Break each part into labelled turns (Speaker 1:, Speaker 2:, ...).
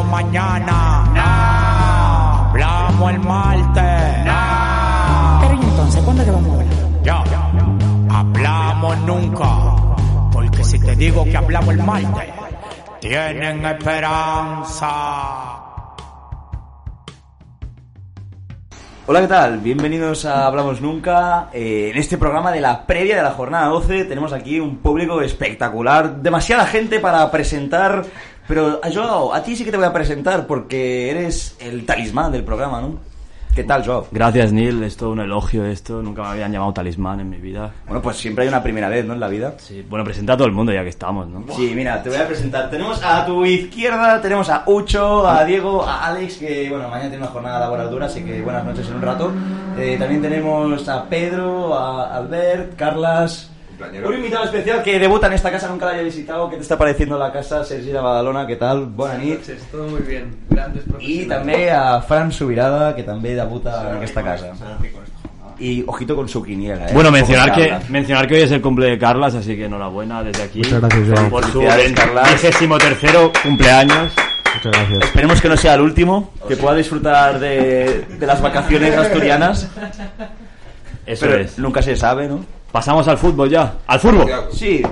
Speaker 1: mañana. No. Hablamos el martes. No.
Speaker 2: Pero ¿y entonces cuándo es que vamos a hablar?
Speaker 1: Ya. Hablamos nunca. Porque si te digo que hablamos el martes, tienen esperanza.
Speaker 3: Hola, ¿qué tal? Bienvenidos a Hablamos Nunca. Eh, en este programa de la previa de la jornada 12 tenemos aquí un público espectacular. Demasiada gente para presentar. Pero, ah, Joao, a ti sí que te voy a presentar porque eres el talismán del programa, ¿no? ¿Qué tal, Joao?
Speaker 4: Gracias, Neil. Es todo un elogio esto. Nunca me habían llamado talismán en mi vida.
Speaker 3: Bueno, pues siempre hay una primera vez, ¿no? En la vida.
Speaker 4: Sí, bueno, presenta a todo el mundo ya que estamos, ¿no?
Speaker 3: Sí, mira, te voy a presentar. Tenemos a tu izquierda, tenemos a Ucho, a Diego, a Alex, que bueno, mañana tiene una jornada laboral dura, así que buenas noches en un rato. Eh, también tenemos a Pedro, a Albert, Carlas. Un invitado especial que debuta en esta casa, nunca la haya visitado. ¿Qué te está pareciendo la casa, Sergi Badalona? ¿Qué tal? Buenas noches.
Speaker 5: noches, todo muy bien. Grandes
Speaker 3: Y
Speaker 5: profesionales.
Speaker 3: també a Fran Subirada, que també debuta en aquesta casa. Y ojito con su quiniela, eh?
Speaker 4: Bueno,
Speaker 3: Un poco
Speaker 4: mencionar
Speaker 3: de
Speaker 4: que,
Speaker 3: habla.
Speaker 4: mencionar que hoy es el cumple de Carlas, así que enhorabuena desde aquí.
Speaker 6: Muchas gracias, Joao.
Speaker 4: Por su
Speaker 3: Felicidades, Carlas.
Speaker 4: vigésimo tercero cumpleaños.
Speaker 6: Muchas gracias.
Speaker 3: Esperemos que no sea el último, que pueda disfrutar de, de las vacaciones asturianas.
Speaker 4: Eso
Speaker 3: Pero
Speaker 4: es.
Speaker 3: nunca se sabe, ¿no?
Speaker 4: Pasamos al fútbol ya. ¡Al fútbol!
Speaker 3: Sí.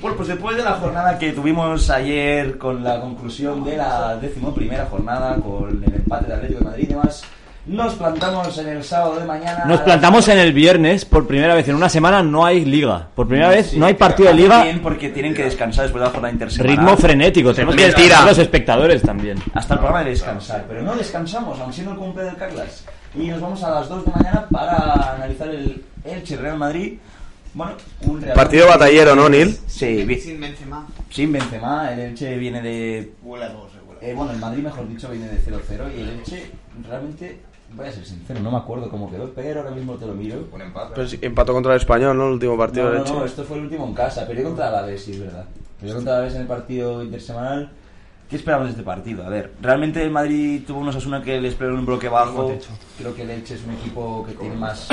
Speaker 3: Bueno, pues después de la jornada que tuvimos ayer con la conclusión de la decimoprimera jornada, con el empate del Atlético de Madrid y demás, nos plantamos en el sábado de mañana.
Speaker 4: Nos plantamos en el viernes, por primera vez en una semana no hay liga. Por primera vez no hay partido de liga.
Speaker 3: Bien, porque tienen que descansar después de la jornada intersemanal.
Speaker 4: Ritmo frenético, tenemos que
Speaker 3: Mentira.
Speaker 4: descansar a los espectadores también.
Speaker 3: hasta el programa de descansar, pero no descansamos, aun siendo el cumple del Carlas. Y nos vamos a las 2 de la mañana para analizar el Elche Real Madrid. Bueno, un Real
Speaker 7: Partido
Speaker 3: Madrid-
Speaker 7: batallero, ¿no, Neil?
Speaker 3: Sí, vi-
Speaker 5: Sin Benzema.
Speaker 3: sin Benzema, el Elche viene de... Eh, bueno, el Madrid, mejor dicho, viene de 0-0 y el Elche realmente, voy a ser sincero, no me acuerdo cómo quedó, pero ahora mismo te lo miro.
Speaker 7: Pero sí, Pues empató contra el español, ¿no? El último partido
Speaker 3: No,
Speaker 7: de
Speaker 3: no,
Speaker 7: Elche.
Speaker 3: no, esto fue el último en casa. Perdió contra la Alavés, sí, es verdad. Perdió contra la Alavés en el partido intersemanal. ¿Qué esperamos de este partido? A ver, realmente el Madrid tuvo unos Asuna que les esperó un bloque bajo. Creo que el Elche es un equipo que tiene más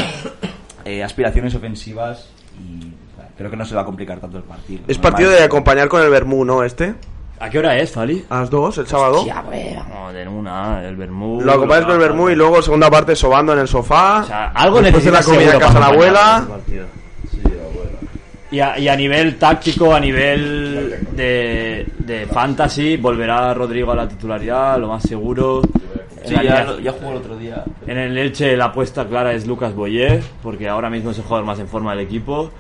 Speaker 3: eh, aspiraciones ofensivas y bueno, creo que no se va a complicar tanto el partido.
Speaker 7: Es
Speaker 3: ¿no?
Speaker 7: partido
Speaker 3: Además,
Speaker 7: de acompañar con el Bermú, ¿no? Este.
Speaker 4: ¿A qué hora es, Fali?
Speaker 7: A las 2, el sábado.
Speaker 4: Ya, pues, vamos, de una, el Bermú.
Speaker 7: Lo acompañas con el Bermú y luego segunda parte sobando en el sofá.
Speaker 4: O sea, algo
Speaker 7: Después de la
Speaker 4: necesitas
Speaker 7: comida a
Speaker 4: seguro
Speaker 7: casa de la
Speaker 4: para
Speaker 7: abuela.
Speaker 4: Y a, y a nivel táctico, a nivel de, de fantasy, volverá Rodrigo a la titularidad, lo más seguro.
Speaker 3: Sí,
Speaker 4: En la
Speaker 3: ya,
Speaker 4: línea-
Speaker 3: ya jugó el otro día.
Speaker 4: en el Elche la apuesta clara es Lucas Boyer, porque ahora mismo es el jugador más en forma del equipo.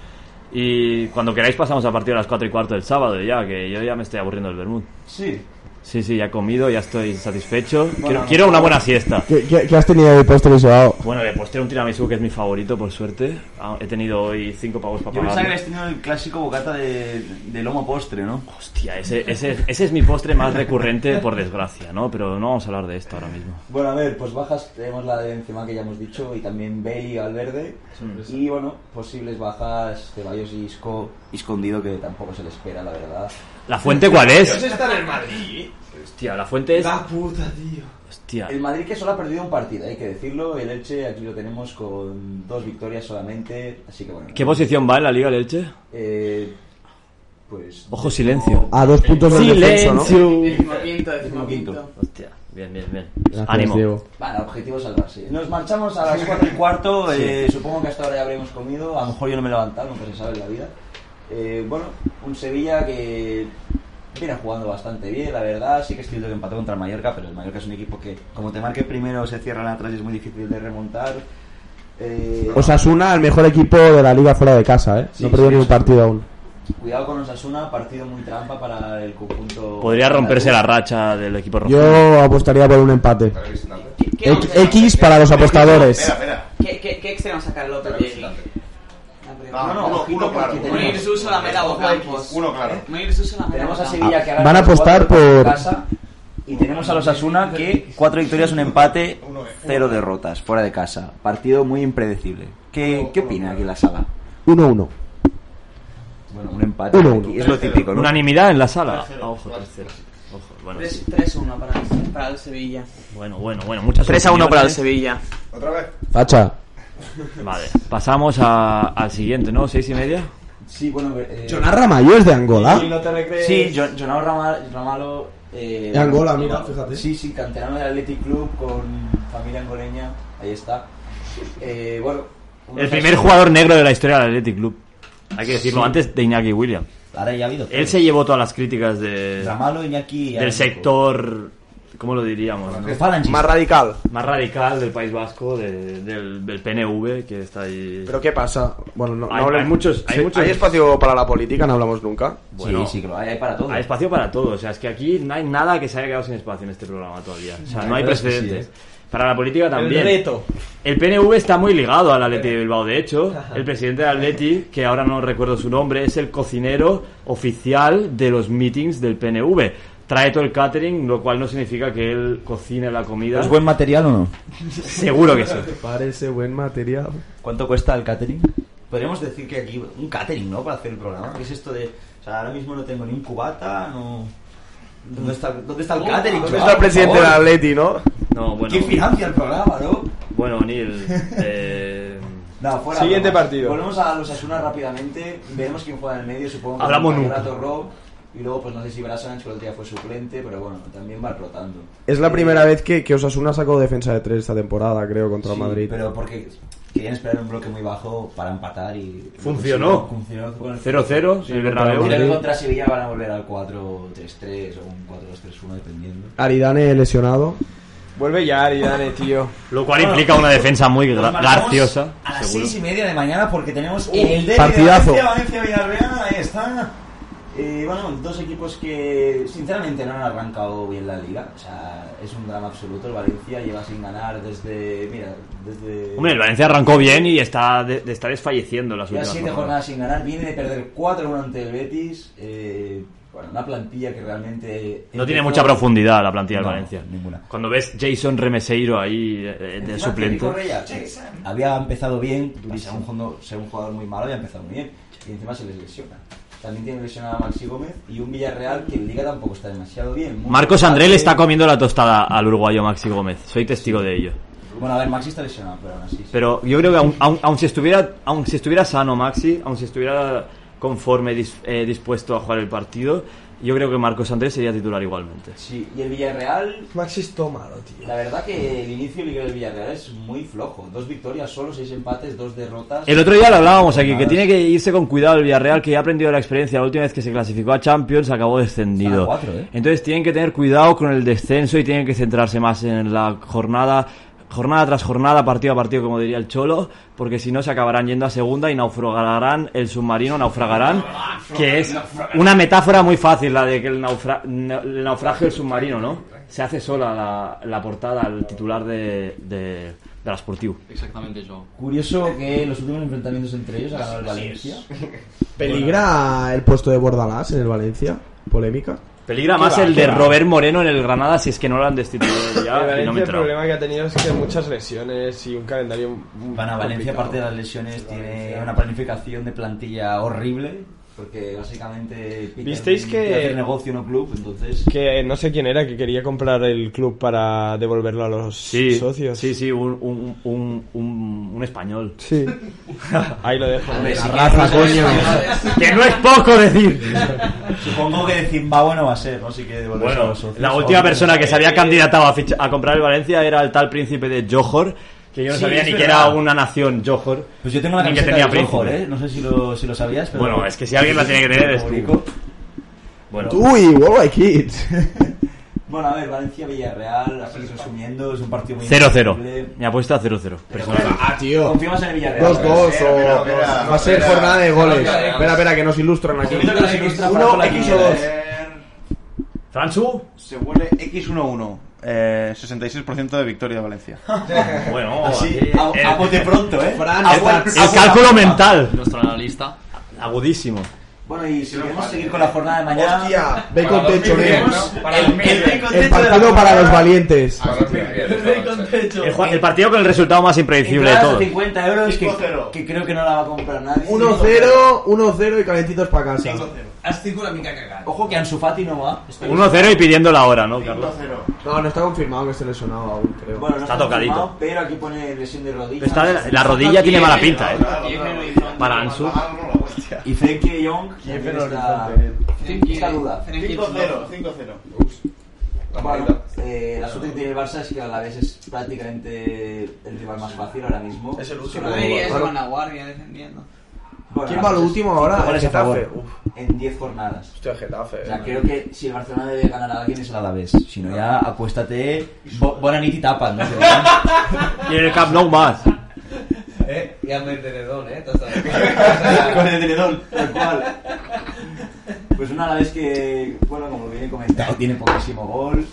Speaker 4: Y cuando queráis pasamos a partir de las 4 y cuarto del sábado ya, que yo ya me estoy aburriendo del Bermud.
Speaker 3: Sí.
Speaker 4: Sí, sí, ya he comido, ya estoy satisfecho. Quiero, quiero una buena siesta.
Speaker 6: ¿Qué, qué, qué has tenido de postre, Joao?
Speaker 4: Bueno, de postre un tiramisú que es mi favorito, por suerte. Ah, He tenido hoy 5 pavos para
Speaker 3: Yo pensaba que
Speaker 4: pagar.
Speaker 3: habías tenido el clásico bocata de, de lomo postre, ¿no?
Speaker 4: Hostia, ese, ese, ese es mi postre más recurrente, por desgracia, ¿no? Pero no vamos a hablar de esto ahora mismo.
Speaker 3: Bueno, a ver, pues bajas, tenemos la de Benzema que ya hemos dicho, y también Bale y Valverde. Y bueno, posibles bajas, Ceballos y Isco, escondido que tampoco se le espera, la verdad.
Speaker 4: ¿La fuente cuál es?
Speaker 5: está en el Madrid.
Speaker 4: Hostia, la fuente es...
Speaker 5: La puta, tío.
Speaker 4: Hostia.
Speaker 3: El Madrid que solo ha perdido un partido, hay que decirlo. El Elche aquí lo tenemos con dos victorias solamente, así que bueno.
Speaker 4: ¿Qué posición va en la Liga el Elche?
Speaker 3: Eh, pues...
Speaker 4: Ojo, silencio.
Speaker 6: A dos puntos del defenso, ¿no?
Speaker 5: Decimoquinto, decimoquinto.
Speaker 4: Hostia, bien, bien, bien.
Speaker 6: Gracias,
Speaker 4: Ánimo.
Speaker 6: Diego.
Speaker 3: Bueno, objetivo salvarse. Nos marchamos a las 4 y cuarto. eh, supongo que hasta ahora ya habremos comido. A lo mejor yo no me he levantado, nunca se sabe en la vida. Eh, bueno, un Sevilla que viene jugando bastante bien, la verdad. Sí que es cierto que empató contra el Mallorca, pero el Mallorca es un equipo que, como te marque primero, se cierran atrás y es muy difícil de remontar. Eh,
Speaker 6: Osasuna, el mejor equipo de la liga fuera de casa, ¿eh?
Speaker 3: Sí,
Speaker 6: no perdió
Speaker 3: sí,
Speaker 6: ni un
Speaker 3: sí.
Speaker 6: partido aún.
Speaker 3: cuidado con Osasuna, partido muy trampa para el conjunto.
Speaker 4: Podría romperse la racha del equipo rojo.
Speaker 6: Yo apostaría por un empate.
Speaker 8: ¿Qué- qué vamos
Speaker 6: X,
Speaker 8: a hacer?
Speaker 6: X para los apostadores.
Speaker 8: ¿Qué, qué, qué extremo sacar el otro Jenny?
Speaker 3: No, no, ojito porque
Speaker 8: Munir
Speaker 3: tenemos,
Speaker 8: Suso, la mera o Campos. ¿Eh? Uno claro. Munir Suso, la mera
Speaker 3: tenemos a
Speaker 8: Ocampos.
Speaker 3: Sevilla que ahora
Speaker 6: Ah, Van a
Speaker 3: mismo
Speaker 6: apostar
Speaker 3: cuatro en
Speaker 6: por-
Speaker 3: casa, y tenemos a los Asuna que cuatro victorias, un empate, cero derrotas, fuera de casa. Partido muy impredecible. ¿Qué, qué opina aquí la sala?
Speaker 6: 1-1.
Speaker 3: Bueno, un empate.
Speaker 6: Uno, uno.
Speaker 3: aquí Es lo típico, ¿no?
Speaker 4: Unanimidad en la sala. Ah, ojo, tercero. Ojo, bueno, sí.
Speaker 8: Tres- 3-1 para, para el Sevilla.
Speaker 4: bueno, bueno, bueno, muchas
Speaker 8: 3 a 1 para el
Speaker 4: opiniones.
Speaker 8: Sevilla.
Speaker 6: Facha.
Speaker 4: Vale, pasamos a- al siguiente, ¿no? ¿Seis y media?
Speaker 3: Sí, bueno, eh,
Speaker 6: Jonás Ramallo es de Angola.
Speaker 3: Sí, Jo- Jonao Rama- Ramalo, Eh,
Speaker 6: En Angola, mira, fíjate.
Speaker 3: Sí, sí, canterano del Athletic Club con familia angoleña. Ahí está. Eh, bueno.
Speaker 4: El primer jugador negro de la historia del Athletic Club. Hay que decirlo, antes de Iñaki Williams.
Speaker 3: Ahora ya ha habido.
Speaker 4: Él se llevó todas las críticas de,
Speaker 3: Ramalo, Iñaki.
Speaker 4: del sector, ¿cómo lo diríamos? no?
Speaker 7: Más radical.
Speaker 4: Más radical del País Vasco, de- del, del PNV, que está ahí.
Speaker 7: ¿Pero qué pasa? Bueno, no, no
Speaker 4: Hay-
Speaker 7: hablemos-
Speaker 4: hay muchos- hay
Speaker 7: Sí,
Speaker 4: muchos-
Speaker 7: espacio para la política, no hablamos nunca.
Speaker 4: bueno,
Speaker 3: sí, sí, que lo hay, hay para todo.
Speaker 4: Hay espacio para todo, o sea, es que aquí no hay nada que se haya quedado sin espacio en este programa todavía. O sea, no hay
Speaker 3: verdad es que sí,
Speaker 4: precedentes.
Speaker 3: ¿eh?
Speaker 4: Para la política también.
Speaker 5: El reto.
Speaker 4: El PNV está muy ligado al Atleti de Bilbao, de hecho. El presidente del Atleti, que ahora no recuerdo su nombre, es el cocinero oficial de los meetings del PNV. Trae todo el catering, lo cual no significa que él cocine la comida.
Speaker 3: ¿Es buen material o no?
Speaker 4: Seguro que sí.
Speaker 6: Parece buen material.
Speaker 3: ¿Cuánto cuesta el catering? Podríamos decir que aquí un catering, ¿no? Para hacer el programa. ¿Qué es esto de.? O sea, ahora mismo no tengo ni un cubata, no. ¿Dónde está, dónde está el catering?
Speaker 7: ¿Dónde está el presidente del Atleti, no?
Speaker 4: No, bueno.
Speaker 3: ¿Quién financia el programa, no?
Speaker 4: Bueno, Neil. eh,
Speaker 3: No, fuera
Speaker 2: Siguiente
Speaker 3: bromas.
Speaker 2: partido.
Speaker 3: Volvemos a los Asuna rápidamente. Veremos quién juega en el medio, supongo que
Speaker 4: Hablamos
Speaker 3: jugará
Speaker 4: nunca.
Speaker 3: Torró, Y luego, pues no sé si Brasanch, que el otro día fue suplente, pero bueno, también va rotando.
Speaker 7: Es la
Speaker 3: Eh,
Speaker 7: primera vez que, que Osasuna sacó defensa de tres esta temporada, creo, contra
Speaker 3: sí,
Speaker 7: Madrid.
Speaker 3: Pero porque querían esperar un bloque muy bajo para empatar y.
Speaker 4: Funcionó.
Speaker 3: Funcionó. con el-
Speaker 4: 0-0 en el Bernabéu.
Speaker 3: Creo que contra Sevilla van a volver al 4-3-3 o un 4-2-3-1, dependiendo.
Speaker 7: Aridane lesionado.
Speaker 2: Vuelve ya, Aridane, tío.
Speaker 4: Lo cual implica una defensa muy gra-
Speaker 3: Nos marchamos
Speaker 4: graciosa.
Speaker 3: A las
Speaker 4: seguro.
Speaker 3: seis y media de mañana porque tenemos el derbi
Speaker 6: partidazo.
Speaker 3: de Valencia, Valencia Villarreal, ahí está. Eh, bueno, dos equipos que sinceramente no han arrancado bien la liga. O sea, es un drama absoluto. El Valencia lleva sin ganar desde. Mira, desde.
Speaker 4: Hombre, el Valencia arrancó bien y está, de, de- está desfalleciendo en las
Speaker 3: Lleva
Speaker 4: últimas
Speaker 3: siete jornadas
Speaker 4: jornadas.
Speaker 3: sin ganar. Viene de perder 4-1 ante el Betis. Eh, bueno, una plantilla que realmente.
Speaker 4: No tiene
Speaker 3: empezó-
Speaker 4: mucha profundidad la plantilla del
Speaker 3: No,
Speaker 4: Valencia.
Speaker 3: ninguna.
Speaker 4: Cuando ves Jason Remeseiro ahí eh, de
Speaker 3: Encima,
Speaker 4: suplente.
Speaker 3: Federico Reyes, que había empezado bien, ser un, fondo- ser un jugador muy malo, había empezado muy bien. Y encima se les lesiona. También tiene lesionado a Maxi Gómez y un Villarreal que en Liga tampoco está demasiado bien. Muy
Speaker 4: Marcos
Speaker 3: bien.
Speaker 4: André le está comiendo la tostada al uruguayo Maxi Gómez. Soy testigo de ello.
Speaker 3: Bueno, a ver, Maxi está lesionado, pero aún así. sí.
Speaker 4: Pero yo creo que aun, aun- aun si estuviera aun si estuviera sano Maxi, aun si estuviera conforme dis- eh, dispuesto a jugar el partido, yo creo que Marcos Andrés sería titular igualmente.
Speaker 3: Sí, y el Villarreal,
Speaker 2: Maxis, tómalo, tío.
Speaker 3: la verdad que el inicio de Liga del Villarreal es muy flojo. Dos victorias solo, seis empates, dos derrotas.
Speaker 4: El otro día lo hablábamos aquí, que
Speaker 3: Nada.
Speaker 4: tiene que irse con cuidado el Villarreal, que ya ha aprendido la experiencia. La última vez que se clasificó a Champions acabó descendido.
Speaker 3: Ah, cuatro, ¿eh?
Speaker 4: Entonces tienen que tener cuidado con el descenso y tienen que centrarse más en la jornada, jornada tras jornada, partido a partido, como diría el Cholo, porque si no se acabarán yendo a segunda y naufragarán el submarino, naufragarán, que es una metáfora muy fácil, la de que el, naufra- na- el naufragio del submarino, ¿no? Se hace sola la, la portada al titular de, de, de la Sportiu.
Speaker 9: Exactamente yo.
Speaker 3: Curioso que los últimos enfrentamientos entre ellos ha ganado el Valencia.
Speaker 6: ¿Peligra el puesto de Bordalás en el Valencia? Polémica.
Speaker 4: Peligra más
Speaker 2: va,
Speaker 4: el
Speaker 2: qué
Speaker 4: de
Speaker 2: va.
Speaker 4: Robert Moreno en el Granada si es que no lo han destituido
Speaker 2: el
Speaker 4: ya y no me he
Speaker 2: Valencia el
Speaker 4: enterado.
Speaker 2: problema que ha tenido es que muchas lesiones y un calendario. muy
Speaker 3: Van a Valencia,
Speaker 2: complicado.
Speaker 3: aparte de las lesiones, tiene una planificación de plantilla horrible. Porque básicamente. pican-
Speaker 2: ¿Visteis que-
Speaker 3: hacer negocio no club, entonces.
Speaker 2: Que no sé quién era que quería comprar el club para devolverlo a los
Speaker 4: Sí,
Speaker 2: socios.
Speaker 4: sí, sí, un, un, un, un, un español.
Speaker 2: Sí. Ahí lo dejo.
Speaker 3: si
Speaker 6: raza,
Speaker 3: quieres-
Speaker 4: ¡Que no es poco decir!
Speaker 3: Supongo que de Zimbabue no va a ser, ¿no? Si que devolverse a
Speaker 2: pues,
Speaker 4: Bueno,
Speaker 3: los socios.
Speaker 4: la última
Speaker 3: Hombre,
Speaker 4: persona que se había candidatado a, ficha- a comprar el Valencia era el tal príncipe de Johor, que yo no
Speaker 3: Sí,
Speaker 4: sabía
Speaker 3: es
Speaker 4: ni que
Speaker 3: verdad.
Speaker 4: era una nación Johor.
Speaker 3: Pues yo tengo la
Speaker 4: ni que
Speaker 3: camiseta
Speaker 4: tenía
Speaker 3: de Johor,
Speaker 4: príncipe.
Speaker 3: ¿eh? No sé si lo, si lo sabías, pero.
Speaker 4: Bueno, es que si alguien la tiene que tener es tú. Bueno,
Speaker 6: Uy, Worldwide Kids.
Speaker 3: Bueno, a ver, Valencia-Villarreal, así resumiendo, es un partido muy.
Speaker 4: 0-0.
Speaker 3: increíble.
Speaker 4: Mi apuesta 0-0. personal.
Speaker 6: Ah, tío.
Speaker 3: Confías en el Villarreal.
Speaker 6: 2-2 o... Va a ser jornada de goles. Espera, espera, que nos ilustran aquí.
Speaker 3: Seguro que nos ilustra
Speaker 6: Uno,
Speaker 3: Franco la
Speaker 6: X o
Speaker 3: quiniela,
Speaker 6: dos.
Speaker 3: ¿eh?
Speaker 4: ¿Fransu?
Speaker 10: Se huele X11. Eh, 66% de victoria de Valencia.
Speaker 4: Bueno,
Speaker 3: Sí,
Speaker 4: aquí-
Speaker 3: a, a bote pronto, ¿eh?
Speaker 6: Fran,
Speaker 3: A
Speaker 6: está-
Speaker 3: buen-
Speaker 4: el cálculo mental.
Speaker 9: Nuestro analista.
Speaker 4: Agudísimo.
Speaker 3: Bueno, y si queremos seguir con la jornada de mañana.
Speaker 6: Hostia, ve con techo,
Speaker 3: Tenemos
Speaker 6: Neo.
Speaker 3: el, el rico
Speaker 6: El
Speaker 3: techo de Ah, la
Speaker 6: partido para
Speaker 3: jornada.
Speaker 6: los valientes.
Speaker 4: El, ju- el partido con el resultado más impredecible de
Speaker 3: Entradas
Speaker 4: todos.
Speaker 3: de 50 euros que, que creo que no la va a comprar nadie.
Speaker 6: 1-0, 1-0 y calentitos para casa.
Speaker 5: Has cinco la mica cagada.
Speaker 3: Ojo que Ansu Fati no va.
Speaker 4: 1-0 y pidiendo la hora, ¿no, Carlos?
Speaker 6: No, no está confirmado que esté lesionado aún, creo.
Speaker 3: Bueno, no
Speaker 4: Está tocadito.
Speaker 3: confirmado, Pero aquí pone lesión de rodilla.
Speaker 4: Pero está de la, la rodilla tiene mala pinta, ¿eh? Para Ansu.
Speaker 3: Y Frenkie de Jong también está, está duda.
Speaker 10: 5-0, 5-0.
Speaker 9: La
Speaker 3: Bueno,
Speaker 9: manita.
Speaker 3: eh, la suerte que tiene el Barça es que a la vez es prácticamente el rival más fácil ahora mismo.
Speaker 9: Es el último.
Speaker 3: Solo-
Speaker 8: No diría eso
Speaker 9: Claro.
Speaker 8: con la guardia defendiendo.
Speaker 3: Bueno,
Speaker 6: ¿Quién va lo último ahora?
Speaker 3: goles
Speaker 6: El
Speaker 3: a favor
Speaker 6: Getafe.
Speaker 3: En 10 jornadas.
Speaker 9: Hostia, Getafe.
Speaker 3: O sea,
Speaker 9: eh.
Speaker 3: creo que si el Barcelona debe ganar a alguien es el Alavés. Si no, ya acuéstate. bo- buena nit y tapas, ¿no?
Speaker 4: Y en el Camp Nou más.
Speaker 5: ¿Eh? Y hazme el tenedor, ¿eh?
Speaker 3: Con el tenedor, tal cual. Pues un Alavés que, bueno, como bien he comentado, tiene poquísimo gol.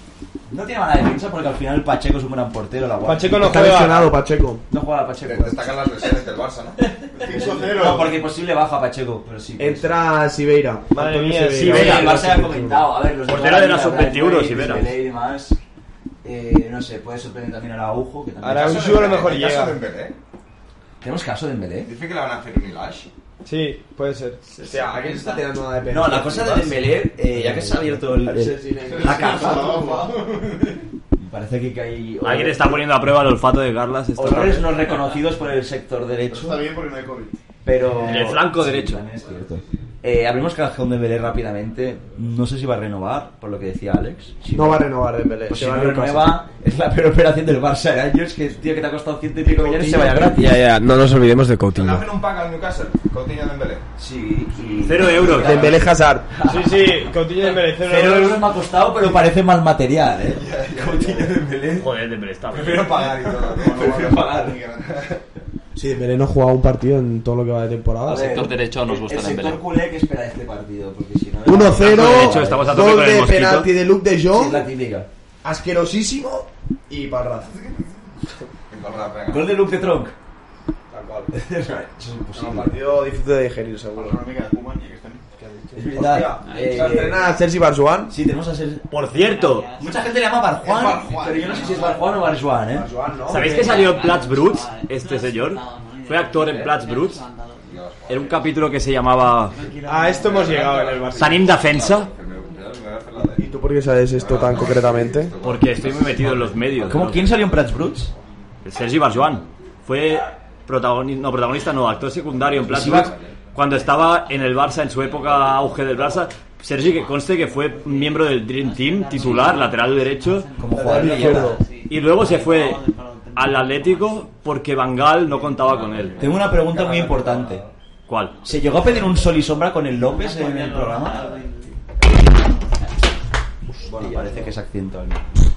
Speaker 3: No tiene mala defensa porque al final Pacheco es un gran portero. La guardia.
Speaker 2: Pacheco no
Speaker 6: Está
Speaker 2: juega.
Speaker 6: lesionado, Pacheco.
Speaker 3: No juega
Speaker 9: Que
Speaker 3: Pacheco.
Speaker 9: Destacan las lesiones del Barça, ¿no?
Speaker 10: 5-0.
Speaker 3: No, porque posible baja Pacheco, pero sí. pues.
Speaker 6: Entra Sibeira.
Speaker 2: Madre
Speaker 6: Antonio
Speaker 2: mía,
Speaker 3: Sí,
Speaker 6: Sibeira.
Speaker 2: Vera,
Speaker 3: el Barça ya ha comentado. A ver, los
Speaker 4: Portero de la sub-21, si
Speaker 3: Vera.
Speaker 4: Vera.
Speaker 3: y demás. Eh, no sé, puede sorprender también a Araujo. Que también
Speaker 2: Araujo. Araújo a lo mejor llega.
Speaker 3: ¿Tenemos caso de Dembélé?
Speaker 9: Dice que le van a hacer un Ilash.
Speaker 2: Sí, puede ser.
Speaker 9: O sea, ¿a quién se está tirando?
Speaker 6: nada de pena.
Speaker 3: No, la cosa de Dembélé, eh, ya que se ha abierto el, el- la caja, parece que hay
Speaker 4: Alguien está poniendo a prueba el olfato de Carlas. esta
Speaker 3: horrores
Speaker 4: tarde.
Speaker 3: no reconocidos por el sector derecho,
Speaker 10: bien porque no hay COVID.
Speaker 3: pero...
Speaker 4: En el flanco derecho.
Speaker 3: también es cierto. Eh, abrimos cajón de Dembélé rápidamente. No sé si va a renovar, por lo que decía Alex. Si
Speaker 6: No va a renovar Dembélé.
Speaker 3: Pues
Speaker 6: se
Speaker 3: si
Speaker 6: va
Speaker 3: no
Speaker 6: a Newcastle.
Speaker 3: renueva, es la peor operación del Barça en años, que el tío que te ha costado ciento y pico millones se vaya gratis.
Speaker 7: Ya, ya, no nos olvidemos de
Speaker 9: Le
Speaker 7: Coutinho.
Speaker 9: hacen un pack al Newcastle. Coutinho de Dembélé.
Speaker 3: Sí, y...
Speaker 4: Cero euros.
Speaker 7: Dembélé Hazard.
Speaker 2: Sí, sí, Coutinho de merecer.
Speaker 3: Cero euros me ha costado, pero parece mal material, ¿eh?
Speaker 9: Coutinho de Dembélé.
Speaker 4: Joder, Dembélé está.
Speaker 9: Prefiero pagar y todo.
Speaker 3: Prefiero pagar.
Speaker 6: Sí, Dembélé no ha jugado un partido en todo lo que va de temporada.
Speaker 3: ver,
Speaker 11: sector derecho nos
Speaker 3: el-
Speaker 11: gusta
Speaker 3: El
Speaker 11: Dembélé.
Speaker 3: sector culé que espera este partido, porque si no...
Speaker 6: Vale,
Speaker 4: hecho, estamos a
Speaker 6: 1-0,
Speaker 4: tope
Speaker 6: gol
Speaker 4: con el
Speaker 6: de
Speaker 4: mosquito.
Speaker 6: penalti de Luke de
Speaker 3: Sí, es la
Speaker 6: Jong,
Speaker 3: típica.
Speaker 6: asquerosísimo y parraz.
Speaker 3: Gol de Luke de Tronc.
Speaker 10: Tal cual.
Speaker 3: Eso es
Speaker 10: No,
Speaker 3: imposible.
Speaker 7: Partido difícil de digerir, seguro.
Speaker 3: Es verdad. Eh,
Speaker 7: Entrena a Chelsea Barzuan.
Speaker 3: sí, tenemos a ser...
Speaker 4: Por cierto,
Speaker 3: Mucha gente le llama Barjuan, pero yo no sé si es Barjuan o Barjuan, ¿eh?
Speaker 4: ¿sabéis que salió en Platz Bruts este señor? Fue actor en Platz Bruts. Era un capítulo que se llamaba
Speaker 2: A esto hemos llegado en el Barça.
Speaker 4: Sanim Defensa.
Speaker 7: ¿Y tú por qué sabes esto tan concretamente?
Speaker 4: Porque estoy muy metido en los medios.
Speaker 3: ¿Cómo?
Speaker 4: ¿no?
Speaker 3: ¿Quién salió en Prats Bruts?
Speaker 4: El Sergi Barjuan. Fue protagonista, no, protagonista no, actor secundario en Platz Bruts. Cuando estaba en el Barça, en su época auge del Barça. Sergi, que conste que fue miembro del Dream Team, titular, lateral derecho.
Speaker 3: Como jugador de
Speaker 6: izquierdo.
Speaker 3: izquierda.
Speaker 4: Y luego se fue al Atlético porque Bangal no contaba con él.
Speaker 3: Tengo una pregunta muy importante.
Speaker 4: ¿Cuál?
Speaker 3: ¿Se llegó a pedir un sol y sombra con el López en el programa? Bueno, parece que es accidente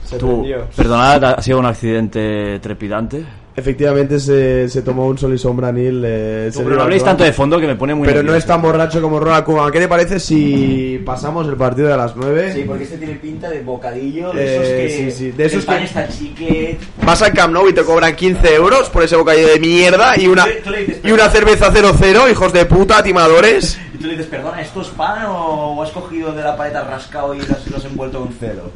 Speaker 6: Se
Speaker 4: Tú,
Speaker 6: prendió.
Speaker 4: perdonad, ha sido un accidente trepidante.
Speaker 6: Efectivamente se, se tomó un sol y sombra Nil. eh,
Speaker 4: Tú,
Speaker 6: Sergio
Speaker 4: pero no habléis
Speaker 6: Barjuan.
Speaker 4: tanto de fondo que me pone muy
Speaker 6: Pero no es
Speaker 4: nervioso.
Speaker 6: tan borracho como Ronald Koeman. ¿Qué te parece si pasamos el partido de las 9?
Speaker 3: Sí, porque este tiene pinta de bocadillo,
Speaker 6: de
Speaker 3: de
Speaker 6: esos
Speaker 3: esos
Speaker 6: Eh,
Speaker 3: que...
Speaker 6: que- sí, sí, de esos el
Speaker 3: el
Speaker 6: pan que-
Speaker 3: está chique...
Speaker 7: Vas al Camp Nou y te cobran 15 euros por ese bocadillo de mierda y una,
Speaker 3: Tú le dices,
Speaker 7: y una cerveza 0-0, hijos de puta, timadores.
Speaker 3: Y tú le dices, perdona, ¿esto es pan o has cogido de la paleta rascado y lo has, lo has envuelto con celo?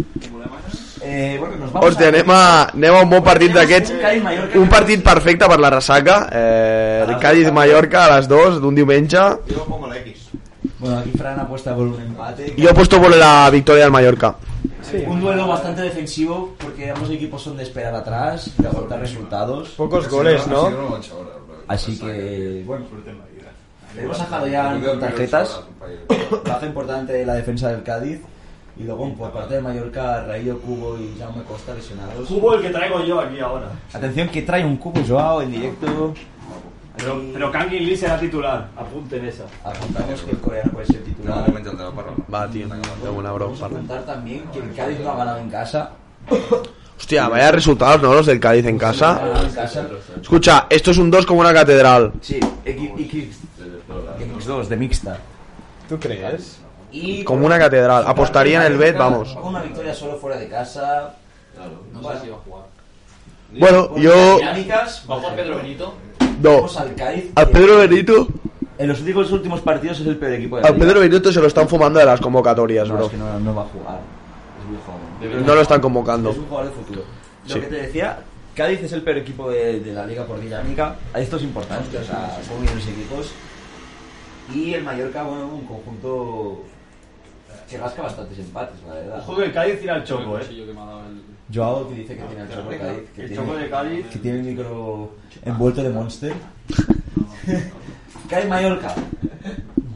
Speaker 3: Eh, bueno, nos vamos
Speaker 7: Hòstia,
Speaker 3: a...
Speaker 7: anem a, anem a un bon partit
Speaker 3: Tenemos
Speaker 7: d'aquests.
Speaker 3: un Cádiz-Mallorca.
Speaker 7: Un partit perfecte per la ressaca. Eh,
Speaker 3: A les
Speaker 7: Cádiz-Mallorca a les 2 d'un diumenge.
Speaker 9: Yo pongo la X.
Speaker 3: Bueno, aquí Fran apuesta por un empate.
Speaker 7: Jo aposto por la victòria del Mallorca.
Speaker 3: Un duelo bastante defensivo porque ambos equipos son de esperar atrás, de aportar resultados.
Speaker 2: Pocos goles,
Speaker 9: Ha
Speaker 2: ¿no?
Speaker 9: sido una ocho horas, bro.
Speaker 3: Así que, Pues, eh, bueno, tenemos a Jadoyan con tarjetas. Baja importante de la defensa del Cádiz. Y luego, por parte de Mallorca, Rayo, Cubo y Jaume Costa lesionados.
Speaker 4: el que traigo yo aquí ahora.
Speaker 3: Atención que trae un Cubo Joao en directo.
Speaker 4: Pero, pero Kang In Lee será titular, apunten esa.
Speaker 3: Apuntamos que el coreano puede ser
Speaker 9: No,
Speaker 3: titular.
Speaker 9: de momento el de la parra.
Speaker 7: Va, tio, anem una
Speaker 3: Vamos a apuntar también que el Cádiz no ha ganado en casa.
Speaker 7: Hòstia, vaya resultados, ¿no? Los del Cádiz en
Speaker 3: No ha
Speaker 7: casa.
Speaker 3: ganado en casa.
Speaker 7: Escucha, esto es un 2 como una catedral.
Speaker 3: Sí, X, X2 de mixta.
Speaker 2: ¿Tú crees?
Speaker 3: Y
Speaker 7: Como una catedral. Apostaría en el bet, vamos.
Speaker 3: Una victoria solo fuera de casa. No sé si va a jugar.
Speaker 7: Bueno, yo...
Speaker 3: Dinámicas,
Speaker 11: ¿Va a jugar Pedro Benito?
Speaker 7: No.
Speaker 3: vamos al Cádiz.
Speaker 7: Al
Speaker 3: que
Speaker 7: Pedro Benito...
Speaker 3: En los últimos, últimos partidos es el peor equipo de la
Speaker 7: Al
Speaker 3: liga.
Speaker 7: Pedro Benito se lo están fumando de las convocatorias,
Speaker 3: No, es
Speaker 7: bro.
Speaker 3: que no, no va a jugar. Es muy joven.
Speaker 7: No lo están convocando.
Speaker 3: Es un jugador de futuro. Lo
Speaker 7: Sí.
Speaker 3: que te decía, Cádiz es el peor equipo de, de la liga por dinámica. Esto es importante, o sea, son muy buenos equipos. Y el Mallorca, bueno, un conjunto que rasca bastantes empates, la verdad.
Speaker 4: el Cádiz tira al choco, eh.
Speaker 3: Joao que dice que tiene el choco de Cádiz, que, tiene,
Speaker 4: choco de Cádiz.
Speaker 3: que tiene el micro envuelto de Monster. Cádiz Mallorca.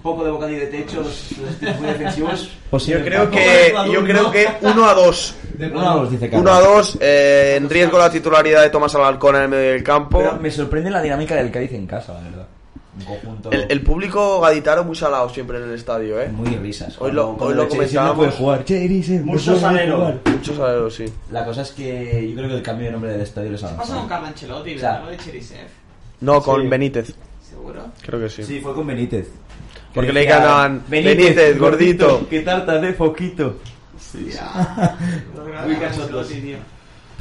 Speaker 3: poco de bocadillo de techo, los, los estilos muy defensivos.
Speaker 11: Yo creo que yo creo que 1 a 2.
Speaker 3: Uno a dos, dice Carlos.
Speaker 11: 1 a 2 eh, en riesgo la titularidad de Tomás Alarcón en el medio del campo.
Speaker 3: Pero me sorprende la dinámica del Cádiz en casa, la verdad. Un conjunto.
Speaker 11: El, el público gaditano muy salado siempre en el estadio, ¿eh?
Speaker 3: Muy risas.
Speaker 11: Hoy lo,
Speaker 3: Cuando-
Speaker 11: hoy
Speaker 3: cuando
Speaker 11: lo
Speaker 3: el Chelsea no
Speaker 11: comentábamos.
Speaker 3: puede jugar. Chelsea no Mucho puede salero. jugar.
Speaker 11: Mucho salero, sí.
Speaker 3: La cosa es que yo creo que el cambio de nombre del estadio les ha
Speaker 8: ¿Qué pasa
Speaker 3: avanzado.
Speaker 8: con Carlo Ancelotti,
Speaker 3: O sea,
Speaker 8: verdad? Lo de Cherisev.
Speaker 11: No, con
Speaker 3: Sí.
Speaker 11: Benítez.
Speaker 8: ¿Seguro?
Speaker 11: Creo que sí.
Speaker 3: Sí, fue con Benítez.
Speaker 11: Porque le ganan Benítez, gordito.
Speaker 3: Que tartas de foquito.
Speaker 8: Muy Ancelotti, tío.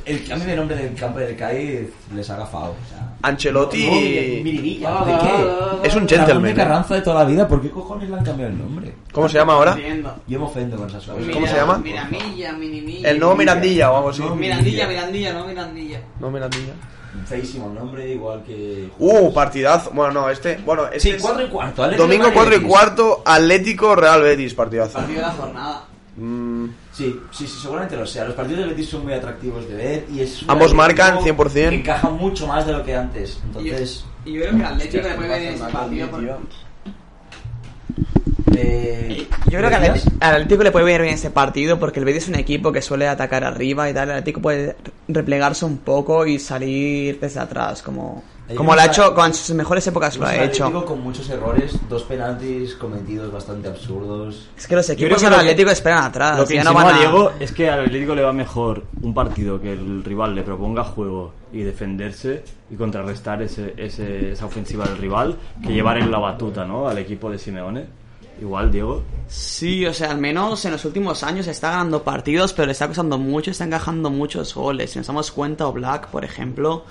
Speaker 3: El cambio de nombre del campo del Cádiz les ha agafado. O sea,
Speaker 11: Ancelotti
Speaker 3: No, no, Mirinilla,
Speaker 8: Ah,
Speaker 3: ¿de qué?
Speaker 11: es
Speaker 3: Ramón
Speaker 11: un
Speaker 3: de
Speaker 11: gentleman. ¿eh?
Speaker 3: Carranza de toda la vida, ¿por qué cojones le han cambiado el nombre?
Speaker 11: ¿Cómo se llama ahora?
Speaker 8: Entiendo.
Speaker 3: Yo me ofendo con esas cosas.
Speaker 11: Pues, ¿Cómo se llama?
Speaker 8: Miramilla, Minimilla.
Speaker 11: El nuevo Mirandilla o algo así.
Speaker 8: Mirandilla, Mirandilla, no Mirandilla.
Speaker 11: No, Mirandilla.
Speaker 3: Feísimo el nombre, igual que...
Speaker 11: Uh, partidazo. Bueno, no, este. Bueno, este
Speaker 3: Sí,
Speaker 11: es-
Speaker 3: 4 y cuarto. Atlético
Speaker 11: Domingo
Speaker 3: de
Speaker 11: 4 y
Speaker 3: Madrid.
Speaker 11: cuarto, Atlético Real Betis, partidazo.
Speaker 8: Partido de la jornada.
Speaker 11: Mm,
Speaker 3: Sí, sí, sí, seguramente lo sea. Los partidos del Betis son muy atractivos de ver y es un
Speaker 11: Ambos
Speaker 3: Atlético
Speaker 11: marcan
Speaker 3: que
Speaker 11: 100%.
Speaker 3: encaja mucho más de lo que antes.
Speaker 8: Y yo,
Speaker 3: Entonces,
Speaker 8: y yo creo que el Atlético
Speaker 3: Hostia,
Speaker 8: después de ese
Speaker 3: pasa mal
Speaker 8: partido.
Speaker 3: con mí,
Speaker 8: por-
Speaker 3: eh,
Speaker 12: Yo creo que al
Speaker 3: ¿decías?
Speaker 12: Atleti- al Atlético le puede venir bien ese partido porque el Betis es un equipo que suele atacar arriba y tal. El Atlético puede replegarse un poco y salir desde atrás, como,
Speaker 3: Ayer
Speaker 12: como lo ha
Speaker 3: un
Speaker 12: hecho
Speaker 3: Atlético-
Speaker 12: con sus mejores épocas lo
Speaker 3: Es un
Speaker 12: ha hecho.
Speaker 3: Atlético con muchos errores, dos penaltis cometidos bastante absurdos.
Speaker 12: Es que los
Speaker 4: creo
Speaker 12: equipos
Speaker 4: que
Speaker 12: al
Speaker 4: lo que-
Speaker 12: Atlético esperan atrás.
Speaker 4: Lo que
Speaker 12: Ah, ya no
Speaker 4: insinúa
Speaker 12: van a...
Speaker 4: Diego es que al Atlético le va mejor un partido que el rival le proponga juego y defenderse y contrarrestar ese, ese- esa ofensiva del rival que llevar en la batuta ¿no? al equipo de Simeone. Igual, Diego.
Speaker 12: Sí, o sea, al menos en los últimos años está ganando partidos, pero le está costando mucho, está encajando muchos goles. Si nos damos cuenta, Black, por ejemplo,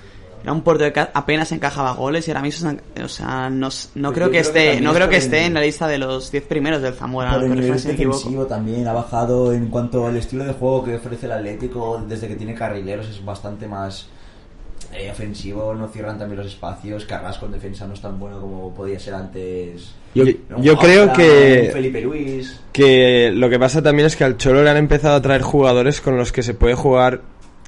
Speaker 12: era un portero que apenas encajaba goles y ahora mismo, está- o sea, no, s- no
Speaker 3: Pues Yo
Speaker 12: creo que
Speaker 3: creo que
Speaker 12: esté,
Speaker 3: también
Speaker 12: no
Speaker 3: es
Speaker 12: creo que
Speaker 3: por el-
Speaker 12: esté en la lista de los 10 primeros del
Speaker 4: Ah,
Speaker 12: Zamora,
Speaker 3: Por el
Speaker 12: corrígeme
Speaker 3: nivel
Speaker 12: si me equivoco.
Speaker 3: defensivo también ha bajado en cuanto al estilo de juego que ofrece el Atlético desde que tiene carrileros es bastante más eh, ofensivo, no cierran también los espacios, Carrasco en defensa no es tan bueno como podía ser antes.
Speaker 2: Yo-
Speaker 3: Un
Speaker 2: yo creo
Speaker 3: Jafra,
Speaker 2: que-
Speaker 3: un Felipe Luis.
Speaker 2: Que lo que pasa también es que al Cholo le han empezado a traer jugadores con los que se puede jugar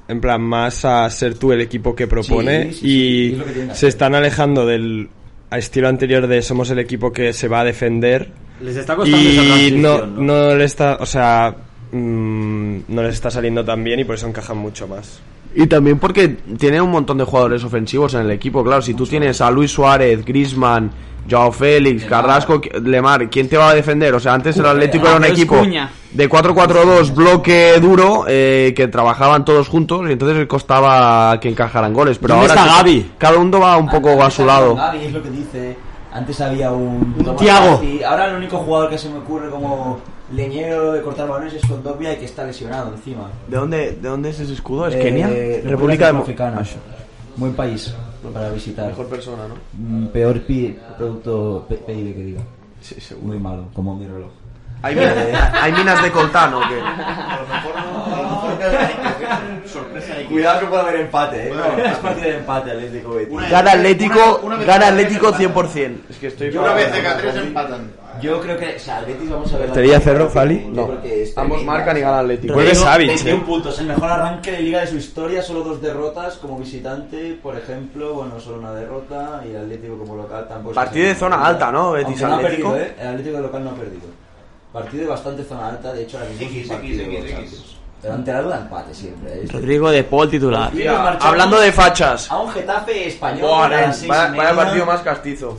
Speaker 2: en plan más a ser tú el equipo que propone
Speaker 3: Sí, sí, sí,
Speaker 2: y
Speaker 3: es lo que tienen que
Speaker 2: se
Speaker 3: hacer.
Speaker 2: están alejando del estilo anterior de somos el equipo que se va a defender
Speaker 4: Les está costando esa
Speaker 2: y
Speaker 4: transición,
Speaker 2: no,
Speaker 4: ¿no?
Speaker 2: no le está, o sea, mm, no les está saliendo tan bien y por eso encajan mucho más.
Speaker 11: Y también porque tiene un montón de jugadores ofensivos en el equipo, claro. Si tú tienes a Luis Suárez, Grisman, Joao Félix, Carrasco, qui- Lemar, ¿quién te va a defender? O sea, antes el Atlético era un
Speaker 12: Mateus
Speaker 11: equipo
Speaker 12: Cunha.
Speaker 11: de 4-4-2, bloque duro, eh, que trabajaban todos juntos y entonces costaba que encajaran goles. Pero
Speaker 4: ¿Dónde
Speaker 11: ahora
Speaker 4: está
Speaker 11: que-
Speaker 4: Gavi?
Speaker 11: cada uno va un poco a su lado.
Speaker 3: Gavi es lo que dice. Antes había un. Tomás
Speaker 4: Thiago.
Speaker 3: Partey. Ahora el único jugador que se me ocurre como leñero de cortar balones es Kondogbia y que está lesionado encima.
Speaker 11: ¿De dónde, ¿De dónde es ese escudo? ¿Es
Speaker 3: Eh,
Speaker 11: Kenia?
Speaker 3: República
Speaker 11: Mo-
Speaker 3: Centroafricana. Buen país para visitar.
Speaker 11: Mejor persona, ¿no?
Speaker 3: Mm, Peor pi- producto pe- PIB que diga.
Speaker 11: Sí, seguro.
Speaker 3: Muy malo, como mi reloj.
Speaker 11: ¿Hay, min- hay minas de coltano o qué?
Speaker 3: Cuidado que puede haber empate, ¿eh? es partido de empate Atlético Betis.
Speaker 11: Gana Atlético,
Speaker 9: Una- una vez
Speaker 11: gana
Speaker 9: cada vez
Speaker 11: Atlético
Speaker 9: empatan.
Speaker 11: 100%. Es que estoy...
Speaker 9: Y una vez de cada tres empatan.
Speaker 3: Yo creo que, o sea, el Betis vamos a ver...
Speaker 2: ¿Estaría Cerro, Fali?
Speaker 3: Yo
Speaker 11: No.
Speaker 3: creo que es
Speaker 11: Ambos
Speaker 3: tremenda.
Speaker 11: marcan y gana Atlético.
Speaker 2: Vuelve
Speaker 3: Rodrigo,
Speaker 2: Savic,
Speaker 3: 21
Speaker 2: eh.
Speaker 3: puntos, el mejor arranque de liga de su historia, solo dos derrotas como visitante, por ejemplo, bueno, solo una derrota y el Atlético como local tampoco. es que
Speaker 11: Partido
Speaker 3: sea
Speaker 11: de zona
Speaker 3: muy
Speaker 11: alta, ¿no?
Speaker 3: Aunque
Speaker 11: Betis
Speaker 3: no ha
Speaker 11: Atlético.
Speaker 3: perdido, ¿eh? El Atlético de local no ha perdido. Partido de bastante zona alta, de hecho ahora mismo es
Speaker 9: X,
Speaker 3: un partido
Speaker 9: X, X,
Speaker 3: Champions.
Speaker 9: X.
Speaker 3: Pero ante la duda empate siempre. ¿eh?
Speaker 12: Rodrigo de Paul titular.
Speaker 3: Y nos marchamos Ah,
Speaker 11: Hablando de fachas.
Speaker 3: a un Getafe español.
Speaker 11: Buah,
Speaker 3: a las
Speaker 11: nen,
Speaker 3: seis y
Speaker 11: vaya, vaya
Speaker 3: media.
Speaker 11: partido más castizo.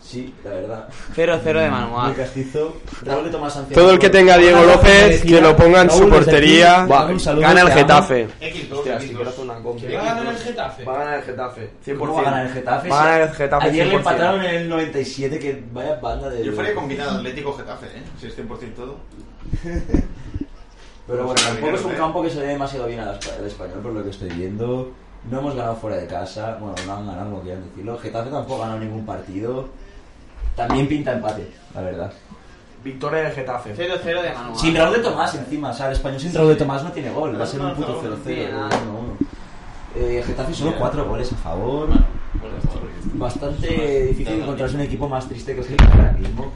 Speaker 3: Sí, la verdad.
Speaker 12: 0-0 de
Speaker 3: Muy
Speaker 12: manual.
Speaker 3: castizo. Raúl de Tomás Santiago.
Speaker 2: Todo el que tenga a Diego López, que lo ponga en su portería.
Speaker 11: Buah,
Speaker 3: Un saludo,
Speaker 11: gana el
Speaker 3: te amo.
Speaker 11: Getafe.
Speaker 9: X2,
Speaker 11: Hostia, si quiero
Speaker 9: X2.
Speaker 11: hacer una combi.
Speaker 5: ¿Que va a ganar el Getafe?
Speaker 11: Va a ganar el Getafe. 100%.
Speaker 3: ¿Cómo va a ganar el Getafe?
Speaker 11: Va a ganar el Getafe
Speaker 3: Ayer le
Speaker 11: 100%.
Speaker 3: empataron en el 97, que vaya banda de...
Speaker 9: Yo faría combinado Atlético-Getafe, ¿eh? Si es 100% todo.
Speaker 3: Pero bueno,
Speaker 9: Los
Speaker 3: tampoco es un
Speaker 9: eh.
Speaker 3: campo que se dé demasiado bien al espa- al español, por lo que estoy viendo. No hemos ganado fuera de casa. Bueno, no han ganado, como quieran decirlo. Getafe tampoco ha ganado ningún partido. También pinta empate, la verdad.
Speaker 11: Victoria del Getafe.
Speaker 8: 0-0 de manual.
Speaker 3: Sin Raúl de Tomás encima, o sea, el español sin Raúl de Tomás no tiene gol, va a ser un puto
Speaker 9: No, no,
Speaker 3: 0-0,
Speaker 9: no,
Speaker 3: 1-1. Eh, Getafe solo 4 goles a favor.
Speaker 9: pues
Speaker 3: Bastante difícil encontrarse un equipo más triste que el Getafe ahora mismo.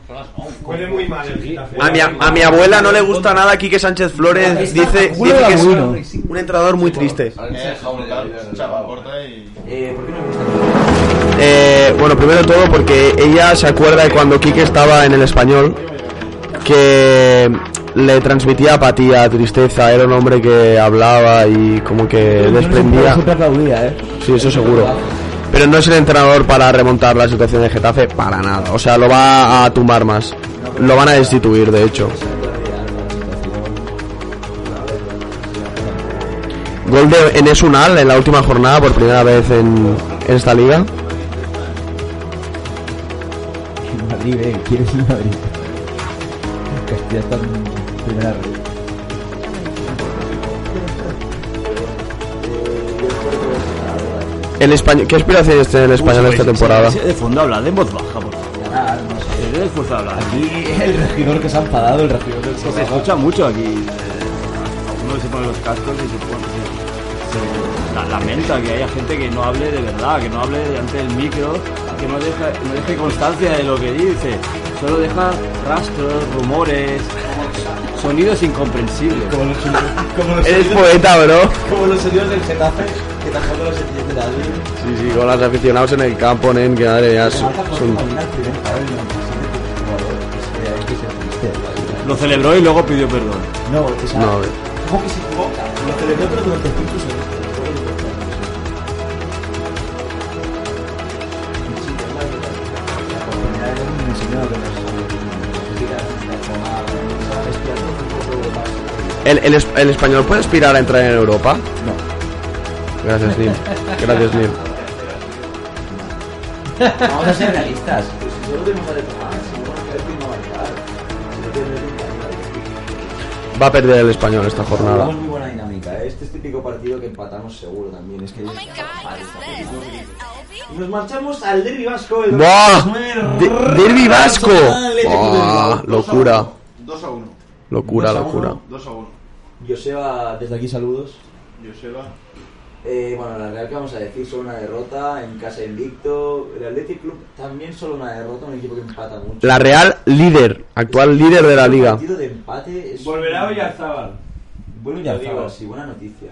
Speaker 5: Huele muy mal el Getafe.
Speaker 11: A mi, a mi abuela no le gusta nada Quique Sánchez
Speaker 3: Pues
Speaker 11: Flores. Dice, dice que es un entrenador muy triste.
Speaker 9: Eh, Chaval, corta y...
Speaker 3: Eh, ¿Por qué no me gusta?
Speaker 11: eh, bueno, primero de todo porque ella se acuerda de cuando Quique estaba en el español, que le transmitía apatía, tristeza, era un hombre que hablaba y como que desprendía...
Speaker 3: Siempre aplaudía, ¿eh?
Speaker 11: Sí, eso seguro. Pero no es el entrenador para remontar la situación de Getafe para nada. O sea, lo va a tumbar más. Lo van a destituir, de hecho. Gol de Enes Unal en la última jornada por primera vez en, en esta liga.
Speaker 13: Madrid, eh, ¿quién es el Madrid? Castilla está en primera red.
Speaker 11: El español, ¿Qué aspiraciones tiene el español esta temporada?
Speaker 4: De fondo hablad en voz baja, por favor. Tened el esfuerzo de hablar. Aquí
Speaker 13: El regidor que se ha enfadado, el regidor del
Speaker 4: se escucha mucho aquí. eh, Uno se pone los cascos y se pone. se- la- lamenta que haya gente que no hable de verdad, que no hable delante del micro, que no, deja, no deje constancia de lo que dice. Solo deja rastros, rumores, sonidos incomprensibles.
Speaker 5: Como los
Speaker 11: Eres
Speaker 5: sonidos-
Speaker 11: poeta, bro.
Speaker 5: Como los sonidos del Getafe, que tampoco los entiende nadie.
Speaker 11: Sí, sí, con los aficionados en el campo, nen, que madre mía, son- son-
Speaker 4: Lo celebró y luego pidió perdón.
Speaker 13: No, o sea,
Speaker 11: No,
Speaker 13: ¿cómo que se equivoca? Lo celebró pero durante cinco segundos.
Speaker 11: ¿El, el, es- el español puede aspirar a entrar en Europa? Gracias, Nim. Gracias, Nim.
Speaker 3: Vamos a ser realistas.
Speaker 11: Va a perder el español esta jornada.
Speaker 3: Jugamos muy buena dinámica. ¿eh? Este es típico partido que empatamos seguro también. Es que nos marchamos al derbi vasco. el
Speaker 11: ¡Buah!
Speaker 3: 29
Speaker 11: De- ¡Derbi vasco!
Speaker 3: Real Atlético de
Speaker 11: ¡Buah!
Speaker 3: Bilbao.
Speaker 11: Ah, Locura,
Speaker 9: 2 a 1.
Speaker 11: locura,
Speaker 3: Dos a
Speaker 11: locura.
Speaker 3: uno.
Speaker 9: 2 a 1.
Speaker 3: Joseba, desde aquí saludos.
Speaker 9: Joseba.
Speaker 3: Eh, bueno, la Real que vamos a decir, solo una derrota en casa invicto. El Athletic Club también solo una derrota, un equipo que empata mucho.
Speaker 11: La Real líder, actual líder de la liga.
Speaker 3: partido de empate es...
Speaker 5: Volverá Oyarzábal.
Speaker 3: Vuelve
Speaker 5: Lo
Speaker 3: Oyarzábal,
Speaker 5: digo.
Speaker 3: sí, buena noticia.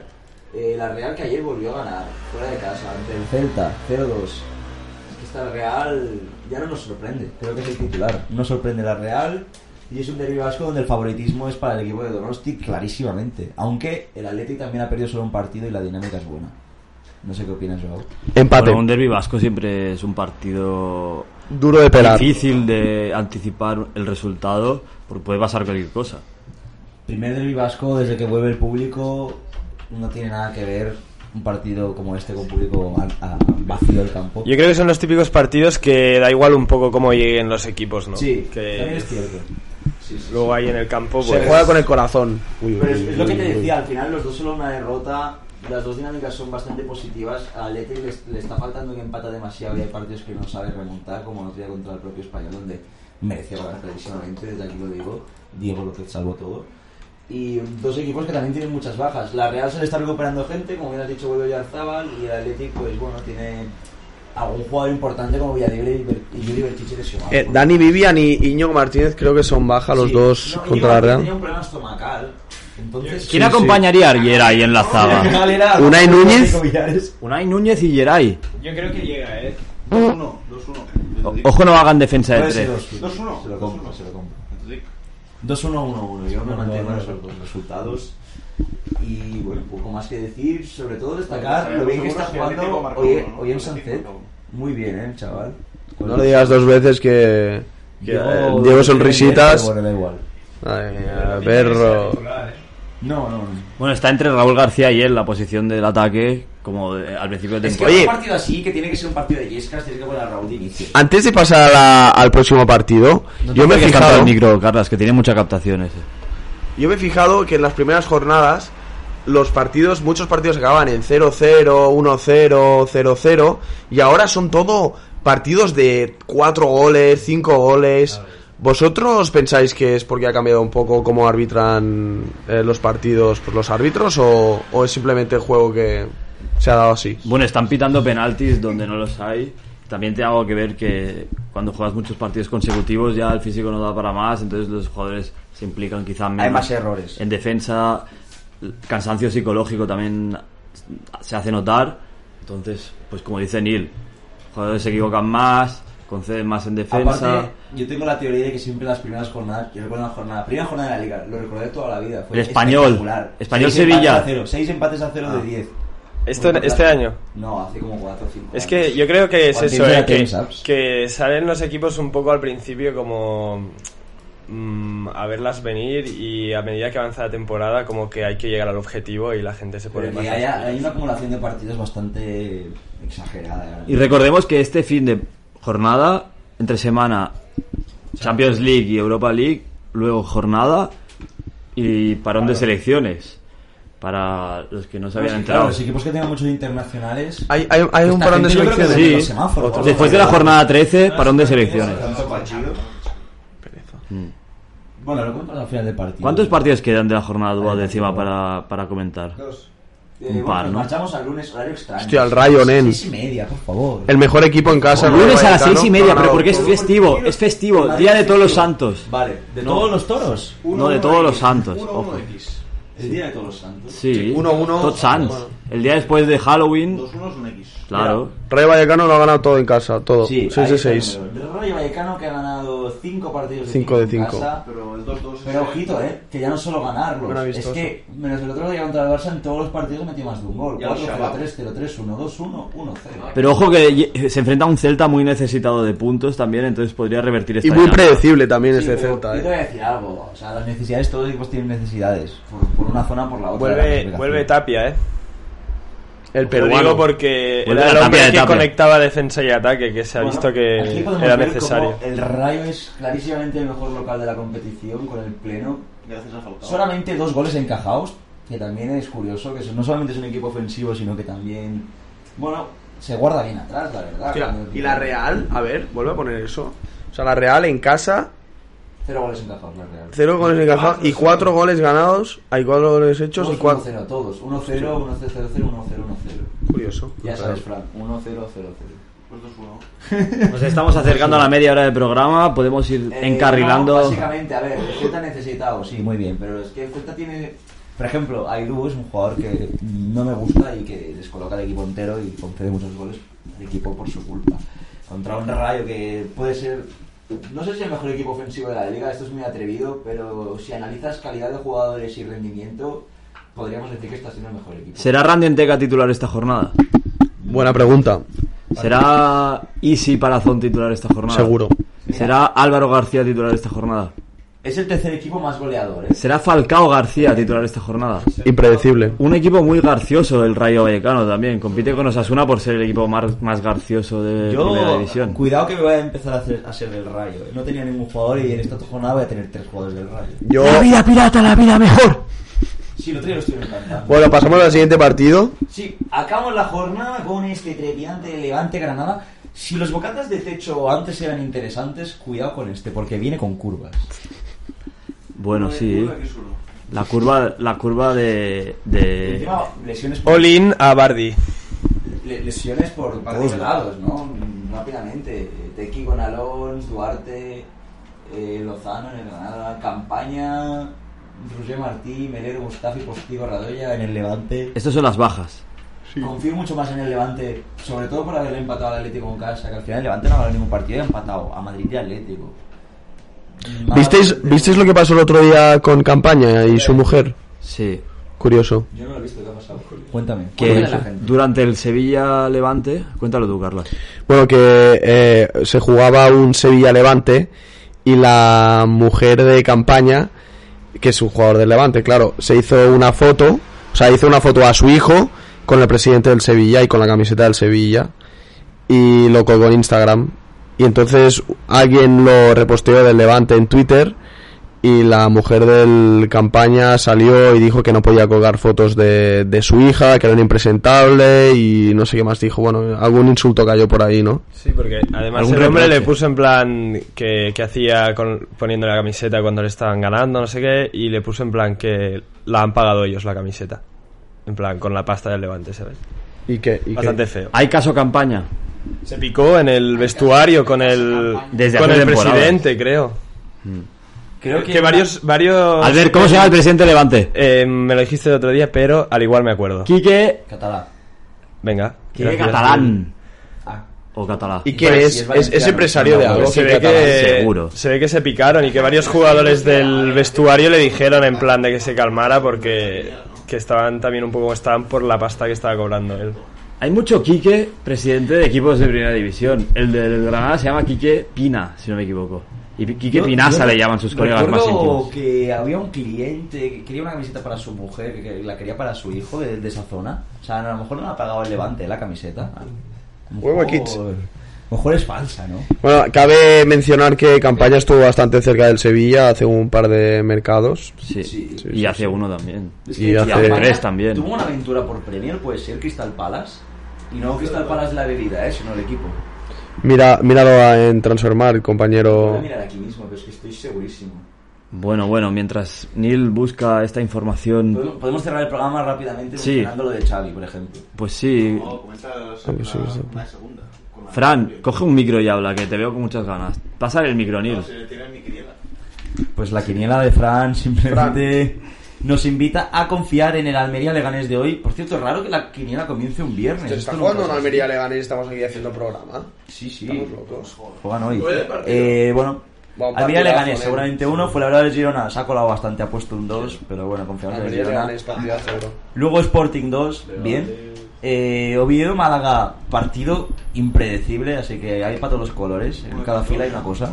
Speaker 3: Eh, la Real que ayer volvió a ganar, fuera de casa, ante el
Speaker 13: Celta,
Speaker 3: 0-2. Es que esta Real ya no nos sorprende, creo que es el titular. No sorprende la Real y es un derbi vasco donde el favoritismo es para el equipo de Donosti clarísimamente. Aunque el Athletic también ha perdido solo un partido y la dinámica es buena. No sé qué opinas, Joao.
Speaker 11: Empate.
Speaker 4: Bueno, un derbi vasco siempre es un partido
Speaker 11: Duro de pelar.
Speaker 4: Difícil de anticipar el resultado porque puede pasar cualquier cosa.
Speaker 3: Primer derbi vasco desde que vuelve el público no tiene nada que ver un partido como este con público a- a- vacío del campo.
Speaker 2: Yo creo que son los típicos partidos que da igual un poco cómo lleguen los equipos, ¿no?
Speaker 3: Sí,
Speaker 2: Que
Speaker 3: también es cierto. Sí, sí,
Speaker 2: Luego ahí en el campo
Speaker 11: Se
Speaker 2: pues-
Speaker 11: juega con el corazón. Uy,
Speaker 3: Pero es,
Speaker 11: uy,
Speaker 3: es lo que
Speaker 11: uy,
Speaker 3: te
Speaker 11: uy.
Speaker 3: decía, al final los dos solo una derrota, las dos dinámicas son bastante positivas, a Athletic les- le está faltando que empata demasiado y hay partidos que no sabe remontar, como el otro día contra el propio español, donde mereció ganar clarísimamente, desde aquí lo digo, Diego López salvó todo. Y dos equipos que también tienen muchas bajas. La Real se le está recuperando gente, como bien has dicho, Guido Yarzábal, y el Athletic, pues bueno, tiene algún jugador importante como Villalibre y Ber- y Yuri Berchiche lesionado.
Speaker 11: Eh, Dani Vivian y Iñigo Martínez creo que son baja los
Speaker 3: Sí.
Speaker 11: dos
Speaker 3: No, y
Speaker 11: contra la
Speaker 3: Martín
Speaker 11: Real.
Speaker 3: Tenía un problema estomacal. Entonces,
Speaker 4: ¿Quién acompañaría a Arguera ahí en la zaga?
Speaker 11: Unai Núñez.
Speaker 4: Unai Núñez y Geray.
Speaker 5: Yo creo que llega, eh.
Speaker 9: 2-1, 2-1.
Speaker 4: Ojo no hagan defensa de
Speaker 3: Puede ser
Speaker 4: tres.
Speaker 9: 2-1.
Speaker 3: Se lo compro, se lo compro.
Speaker 9: Atlético.
Speaker 3: 2-1-1-1. Yo me
Speaker 13: No,
Speaker 3: mantengo
Speaker 13: no,
Speaker 3: en
Speaker 13: no.
Speaker 3: esos dos resultados. Y bueno, poco más que decir. Sobre todo destacar
Speaker 9: Bueno,
Speaker 3: lo bien que está
Speaker 9: sabemos seguro que Atlético
Speaker 3: jugando
Speaker 9: marcó
Speaker 3: hoy,
Speaker 9: uno, ¿no?
Speaker 3: hoy en
Speaker 9: Atlético
Speaker 3: Sancet.
Speaker 9: marcó uno.
Speaker 3: Muy bien, ¿eh, chaval?
Speaker 11: No le digas dos veces que, que, eh,
Speaker 3: Diego-
Speaker 11: Diego sonrisitas.
Speaker 3: Bueno, da igual.
Speaker 11: Ay, mía, perro.
Speaker 3: No, no, no.
Speaker 4: Bueno, está entre Raúl García y él la posición del ataque como de- al principio de
Speaker 3: Es que
Speaker 4: temporada.
Speaker 3: un partido así, que tiene que ser un partido de Yescas, tiene que poner a Raúl de inicio.
Speaker 11: Antes de pasar a la- al próximo partido, yo me he
Speaker 4: que cantar
Speaker 11: fijado.
Speaker 4: el micro, Carlas, que tiene mucha captación ese.
Speaker 11: Yo me he fijado que en las primeras jornadas los partidos, muchos partidos acababan en 0-0, 1-0, 0-0 y ahora son todo partidos de 4 goles, 5 goles. ¿Vosotros pensáis que es porque ha cambiado un poco cómo arbitran eh, los partidos por los árbitros o, o es simplemente el juego que se ha dado así?
Speaker 4: Bueno, están pitando penaltis donde no los hay. También te hago que ver que cuando juegas muchos partidos consecutivos ya el físico no da para más, entonces los jugadores se implican quizá menos.
Speaker 3: más errores.
Speaker 4: En defensa, el cansancio psicológico también se hace notar. Entonces, pues como dice Neil, jugadores se equivocan más, conceden más en defensa.
Speaker 3: Aparte, yo tengo la teoría de que siempre las primeras jornadas, yo recuerdo la jornada, la primera jornada de la liga, lo recordé toda la vida. Fue
Speaker 4: El Español.
Speaker 3: espectacular.
Speaker 4: Español
Speaker 3: Seis empates
Speaker 4: Sevilla. Ah.
Speaker 3: a cero, seis empates a cero de 10.
Speaker 2: Esto- este año.
Speaker 3: No, hace como 4 o 5.
Speaker 2: Es que yo creo que es eso, eh, que, que salen los equipos un poco al principio como mm, a verlas venir y a medida que avanza la temporada como que hay que llegar al objetivo y la gente se pone
Speaker 3: Porque
Speaker 2: más...
Speaker 3: hay,
Speaker 2: las
Speaker 3: hay una acumulación de partidos bastante exagerada.
Speaker 4: Y recordemos que este fin de jornada, entre semana, Champions League y Europa League, luego jornada y parón de selecciones. Para los que no se habían
Speaker 3: Pues,
Speaker 4: enterado.
Speaker 3: claro, los equipos que tengan muchos internacionales.
Speaker 11: Hay, hay,
Speaker 3: Esta gente yo creo que depende de los
Speaker 4: Sí.
Speaker 3: semáforos, ¿no?
Speaker 4: Después de la jornada 13, parón de selecciones.
Speaker 3: Tanto partido.
Speaker 4: Mm.
Speaker 3: Bueno, lo cuentas al final del partido.
Speaker 4: ¿Cuántos partidos quedan de la jornada dual de encima para, para comentar?
Speaker 3: Dos. Eh,
Speaker 4: Un
Speaker 3: bueno,
Speaker 4: par,
Speaker 3: nos
Speaker 4: ¿no?
Speaker 3: marchamos al lunes, horario extraño.
Speaker 11: Hostia, al Rayo, nen.
Speaker 3: Seis y media, por favor.
Speaker 11: El mejor equipo en casa. el
Speaker 4: Lunes a las
Speaker 11: Rayo
Speaker 4: seis y
Speaker 11: Vallecano,
Speaker 4: media,
Speaker 11: ha
Speaker 4: pero
Speaker 11: ganado.
Speaker 4: porque es festivo, es festivo, día de todos los santos.
Speaker 3: Vale, ¿de todos los toros?
Speaker 4: No, de todos los santos, ojo.
Speaker 3: El día de todos los santos.
Speaker 4: Sí,
Speaker 11: 1-1.
Speaker 4: Todos Santos. El día después de Halloween. Claro.
Speaker 11: Rayo Vallecano lo ha ganado todo en casa, todo.
Speaker 4: Sí,
Speaker 11: 6 de 6.
Speaker 3: El Rayo Vallecano que ha ganado 5 partidos de
Speaker 11: Cinco
Speaker 3: 5
Speaker 11: de cinco.
Speaker 3: Pero el 2-2 Pero ojito, eh, que ya no solo ganarlos.
Speaker 11: Bueno,
Speaker 3: es
Speaker 11: vistoso.
Speaker 3: que, menos el otro día contra el Barça, en todos los partidos metió más de un gol.
Speaker 5: Ya lo
Speaker 3: 4-0,
Speaker 5: sabía.
Speaker 3: 3-0, 3-1, 2-1, 1-0.
Speaker 4: Pero ojo que ye- eh, se enfrenta a un Celta muy necesitado de puntos también, entonces podría revertir esta
Speaker 11: Y muy
Speaker 4: dinámica.
Speaker 11: predecible también
Speaker 3: Sí,
Speaker 11: este
Speaker 3: pero
Speaker 11: Celta,
Speaker 3: Yo te voy a
Speaker 11: eh.
Speaker 3: decir algo. O sea, las necesidades, todos los equipos tienen necesidades. Por, por una zona, por la otra. de la
Speaker 2: Vuelve,
Speaker 3: clasificación.
Speaker 2: vuelve Tapia, ¿eh?
Speaker 11: El
Speaker 2: Lo
Speaker 11: peruano.
Speaker 2: digo porque
Speaker 11: Vuelve
Speaker 2: era el
Speaker 11: la
Speaker 2: hombre
Speaker 11: Tapia de
Speaker 2: que
Speaker 11: Tapia.
Speaker 2: conectaba defensa y ataque, que se ha visto
Speaker 3: Aquí
Speaker 2: que
Speaker 3: podemos
Speaker 2: era
Speaker 3: ver cómo
Speaker 2: necesario.
Speaker 3: El Rayo es clarísimamente el mejor local de la competición con el pleno.
Speaker 9: Gracias a Falcao.
Speaker 3: Solamente dos goles encajados, que también es curioso, que son- no solamente es un equipo ofensivo, sino que también, bueno, se guarda bien atrás, la verdad.
Speaker 11: Hostia,
Speaker 3: Cuando-
Speaker 11: Y la Real, a ver, vuelve a poner eso. O sea, la Real en casa,
Speaker 3: Cero goles encajados, la Real.
Speaker 11: 0 goles encajados y 4 goles ganados. Hay 4 goles hechos y
Speaker 3: Todos
Speaker 11: 4.
Speaker 3: 1-0, todos. 1-0, 1-0, 0 1-0, 1-0.
Speaker 11: Curioso.
Speaker 3: Ya
Speaker 11: Claro.
Speaker 3: sabes, Fran, 1-0, 0-0.
Speaker 4: Nos estamos acercando a la media hora del programa, podemos ir
Speaker 3: Eh, no,
Speaker 4: encarrilando.
Speaker 3: básicamente, a ver, el Celta necesitado, sí, muy bien, pero es que el Celta tiene. Por ejemplo, Aidú es un jugador que no me gusta y que descoloca al equipo entero y concede muchos goles al equipo por su culpa. Contra un Rayo que puede ser. No sé si el mejor equipo ofensivo de la liga, esto es muy atrevido, pero si analizas calidad de jugadores y rendimiento, podríamos decir que está siendo el mejor equipo.
Speaker 4: ¿Será Randy Enteca titular esta jornada?
Speaker 11: Buena pregunta.
Speaker 4: ¿Será Easy Palazón titular esta jornada?
Speaker 11: Seguro.
Speaker 4: ¿Será Álvaro García titular esta jornada?
Speaker 3: Es el tercer equipo más goleador, ¿eh?
Speaker 4: ¿Será Falcao García titular esta jornada?
Speaker 11: Impredecible.
Speaker 4: Un equipo muy garcioso el Rayo Vallecano también. Compite con Osasuna por ser el equipo más, más garcioso de primera
Speaker 3: Yo,
Speaker 4: división.
Speaker 3: cuidado que me voy a empezar a, hacer, a ser del Rayo. ¿eh? No tenía ningún jugador y en esta jornada voy a tener tres jugadores del Rayo.
Speaker 11: Yo-
Speaker 4: La vida pirata, la vida mejor.
Speaker 3: Sí, lo tenía, lo estoy encantando.
Speaker 11: Bueno, pasamos al siguiente partido.
Speaker 3: Sí, acabamos la jornada con este trepidante Levante Granada. Si los bocatas de techo antes eran interesantes, cuidado con este, porque viene con curvas.
Speaker 4: Bueno, sí. ¿eh?
Speaker 3: Curva que es uno.
Speaker 4: La curva, la curva de, de...
Speaker 3: Encima, lesiones por,
Speaker 2: All in a Bardi.
Speaker 3: le- lesiones por todos lados, ¿no? Rápidamente. Tequi con Alons, Duarte, eh, Lozano en el Granada, Campaña, Roger Martí, Melero, Mustafi, Postigo, Radoya en el Levante.
Speaker 4: Estas son las bajas.
Speaker 3: Confío mucho más en el Levante, sobre todo por haberle empatado al Atlético en casa, que al final el Levante no ha ganado ningún partido y ha empatado a Madrid y Atlético.
Speaker 11: ¿Visteis, ¿Visteis lo que pasó el otro día con Campaña y su mujer?
Speaker 4: Sí.
Speaker 11: Curioso.
Speaker 3: Yo no lo he visto, ¿qué ha pasado? Cuéntame.
Speaker 4: Que durante el Sevilla Levante, cuéntalo tú, Carlos.
Speaker 11: Bueno, que eh, se jugaba un Sevilla Levante y la mujer de campaña, que es un jugador del Levante, claro, se hizo una foto, o sea, hizo una foto a su hijo con el presidente del Sevilla y con la camiseta del Sevilla y lo colgó en Instagram. Y entonces alguien lo reposteó del Levante en Twitter y la mujer del campaña salió y dijo que no podía colgar fotos de, de su hija, que era un impresentable y no sé qué más dijo. Bueno, algún insulto cayó por ahí, ¿no?
Speaker 2: Sí, porque además
Speaker 11: Algún
Speaker 2: el hombre
Speaker 11: reproche.
Speaker 2: le puso en plan que, que hacía con, poniendo la camiseta cuando le estaban ganando, no sé qué, y le puso en plan que la han pagado ellos la camiseta. En plan, con la pasta del Levante, ¿sabes?
Speaker 11: ¿Y qué? ¿Y qué?
Speaker 2: Bastante feo.
Speaker 4: ¿Hay caso campaña?
Speaker 2: Se picó en el vestuario con el,
Speaker 4: Desde
Speaker 2: con
Speaker 4: hace
Speaker 2: el
Speaker 4: temporadas. Mm.
Speaker 2: presidente, creo.
Speaker 3: Creo
Speaker 2: que, varios, varios...
Speaker 4: Albert, ¿cómo se llama el presidente del Levante?
Speaker 2: Eh, me lo dijiste el otro día, pero al igual me acuerdo.
Speaker 4: Quique...
Speaker 3: Catalán.
Speaker 2: Venga.
Speaker 4: Quique
Speaker 2: gracias.
Speaker 3: Ah,
Speaker 4: Catalán. o catalán.
Speaker 11: ¿Y quién Pues, es? si es ¿Es- es valenciano. empresario de
Speaker 2: No,
Speaker 3: pues,
Speaker 11: algo?
Speaker 2: Se ve,
Speaker 11: Catalán,
Speaker 2: que,
Speaker 4: seguro.
Speaker 2: se ve que se picaron y que varios jugadores del vestuario le dijeron en plan de que se calmara porque que estaban también un poco como estaban por la pasta que estaba cobrando él.
Speaker 4: Hay mucho Quique, presidente de equipos de primera división. El del Granada se llama Quique Pina, si no me equivoco. Y Pi- Quique
Speaker 3: Yo-
Speaker 4: Pinasa
Speaker 3: yo
Speaker 4: le llaman sus colegas más
Speaker 3: recuerdo
Speaker 4: íntimos.
Speaker 3: que había un cliente que quería una camiseta para su mujer, que la quería para su hijo de, de esa zona. O sea, a lo mejor no la pagaba el Levante la camiseta. A lo
Speaker 11: Huevo
Speaker 3: mejor-
Speaker 11: Kids.
Speaker 3: A lo mejor es falsa, ¿no?
Speaker 11: Bueno, cabe mencionar que Campaña estuvo bastante cerca del Sevilla hace un par de mercados.
Speaker 4: Sí,
Speaker 11: sí,
Speaker 4: y hace uno también.
Speaker 3: Es que
Speaker 11: Y hace
Speaker 3: España
Speaker 4: tres también.
Speaker 3: Tuvo una aventura por Premier, puede ser Crystal Palace. Y no Crystal Palace la bebida, ¿eh? sino el equipo.
Speaker 11: Mira, míralo en Transfermarkt, compañero.
Speaker 3: Voy a mirar aquí mismo, pero es que estoy segurísimo.
Speaker 4: Bueno, bueno, mientras Neil busca esta información...
Speaker 3: Podemos podemos cerrar el programa rápidamente
Speaker 4: Sí.
Speaker 3: mencionando lo de Xavi, por ejemplo.
Speaker 4: Pues sí.
Speaker 9: No, comenta la-
Speaker 11: Ah, pues sí,
Speaker 9: la-
Speaker 11: sí.
Speaker 9: la segunda. con la-
Speaker 4: Fran, coge un micro y habla, que te veo con muchas ganas. Pasa el micro, Neil.
Speaker 9: No, se le tiene mi quiniela.
Speaker 3: Pues la quiniela de Fran simplemente nos invita a confiar en el Almería Leganés de hoy. Por cierto, es raro que la quiniela comience un viernes.
Speaker 11: Se está
Speaker 3: Esto nunca
Speaker 11: jugando en
Speaker 3: se-
Speaker 11: Almería Leganés estamos aquí haciendo programa.
Speaker 3: Sí, sí.
Speaker 11: Estamos locos.
Speaker 3: Juegan hoy.
Speaker 11: Duele el partido.
Speaker 3: Eh, bueno,
Speaker 11: Va, un
Speaker 3: Almería
Speaker 11: partidazo,
Speaker 3: Leganés
Speaker 11: eh.
Speaker 3: seguramente uno. Fue la verdad de Girona, se ha colado bastante, ha puesto un 2, pero bueno, confiamos en el
Speaker 11: Almería
Speaker 3: Girona.
Speaker 11: Leganés, partidazo, bro.
Speaker 3: Luego Sporting 2, bien. Eh, Oviedo Málaga, partido impredecible, así que hay para todos los colores. En cada fila hay una cosa.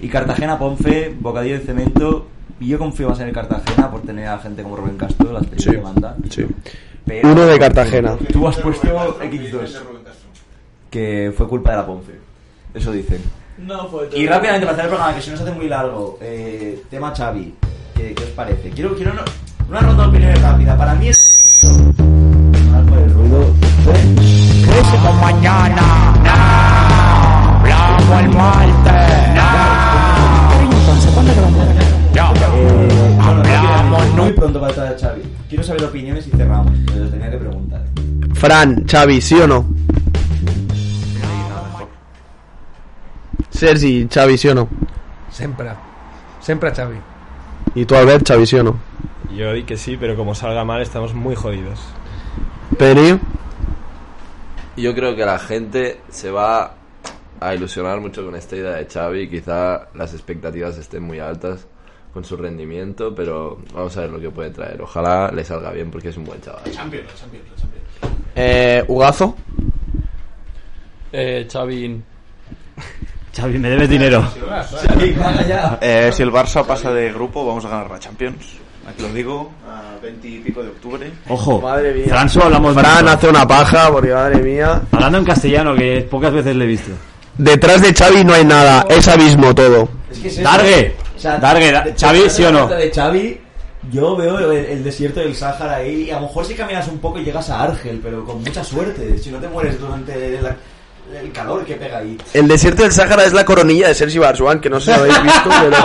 Speaker 3: Y Cartagena Ponce, bocadillo de cemento. Y Yo confío más en el Cartagena por tener a gente como Rubén Castro, las películas que manda. Pero-
Speaker 11: Uno de Cartagena.
Speaker 3: Tú has puesto X2, que fue culpa de la Ponce. Eso dicen.
Speaker 5: No, fue todo.
Speaker 3: Y rápidamente para hacer el programa, que se nos hace muy largo, eh, tema Xavi, ¿qué, qué os parece? Quiero, quiero una, una ronda de opiniones rápida. Para mí es...
Speaker 1: Próximo mañana. Hablamos el martes.
Speaker 3: Hablamos muy pronto para entrar a Xavi. Quiero saber opiniones y cerramos. pero Os tenía que preguntar.
Speaker 11: Fran, Xavi, ¿sí o no? Sergi, Xavi, ¿sí o no?
Speaker 14: Sempre. Sempre Xavi.
Speaker 11: Y tú, Albert, Xavi, ¿sí o no?
Speaker 2: Yo di que sí, pero como salga mal estamos muy jodidos.
Speaker 11: Peri,
Speaker 15: Yo creo que la gente se va a ilusionar mucho con esta idea de Xavi. Quizá las expectativas estén muy altas con su rendimiento, pero vamos a ver lo que puede traer. Ojalá le salga bien porque es un buen chaval.
Speaker 9: Champions, Champions, Champions.
Speaker 11: eh, Ugazo.
Speaker 16: Eh, Xavi.
Speaker 4: Xavi, me debes dinero.
Speaker 10: Eh, si el Barça pasa de grupo, vamos a ganar la Champions. Aquí lo digo.
Speaker 3: Ah,
Speaker 9: A 20 y pico de octubre.
Speaker 4: Ojo,
Speaker 11: Madre mía.
Speaker 4: Franço hablamos
Speaker 11: Fran
Speaker 4: mucho.
Speaker 11: hace una paja, porque madre mía.
Speaker 4: Hablando en castellano, que pocas veces le he visto.
Speaker 11: Detrás de Xavi no hay nada, es abismo todo.
Speaker 4: Dargue, Dargue, da- Xavi, ¿sí o no?
Speaker 3: De Xavi, yo veo el, el desierto del Sáhara ahí. Y a lo mejor si caminas un poco llegas a Argel, pero con mucha suerte. Si no te mueres durante la- el calor que pega ahí.
Speaker 11: El desierto del Sáhara es la coronilla de Sergi Barzuan, que no sé si lo habéis visto, pero,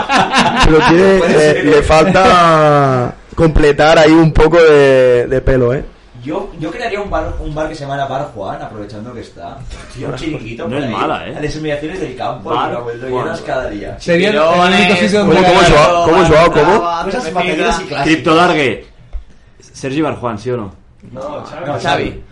Speaker 11: pero tiene, le, le falta completar ahí un poco de, de pelo, ¿eh?
Speaker 3: Yo, yo crearía un bar, un bar que se llamara Bar Juan, aprovechando que está. Tío, un chiringuito
Speaker 4: No
Speaker 3: por
Speaker 4: es
Speaker 3: ahí.
Speaker 4: mala, ¿eh?
Speaker 3: A las inmediaciones del campo,
Speaker 4: Bar
Speaker 3: Bar, lo
Speaker 4: Juan.
Speaker 3: llenas cada día.
Speaker 4: Sería el- Tirones, el único sitio donde ¿Cómo, cómo,
Speaker 3: Joao?
Speaker 4: Joao? ¿Cómo, Joao? ¿Cómo?
Speaker 3: Cosas papeles y
Speaker 11: Ah,
Speaker 3: clásicas.
Speaker 4: Cripto Dargue, Sergi Barjuan, ¿sí o no?
Speaker 3: No, Xavi.
Speaker 12: No, Xavi.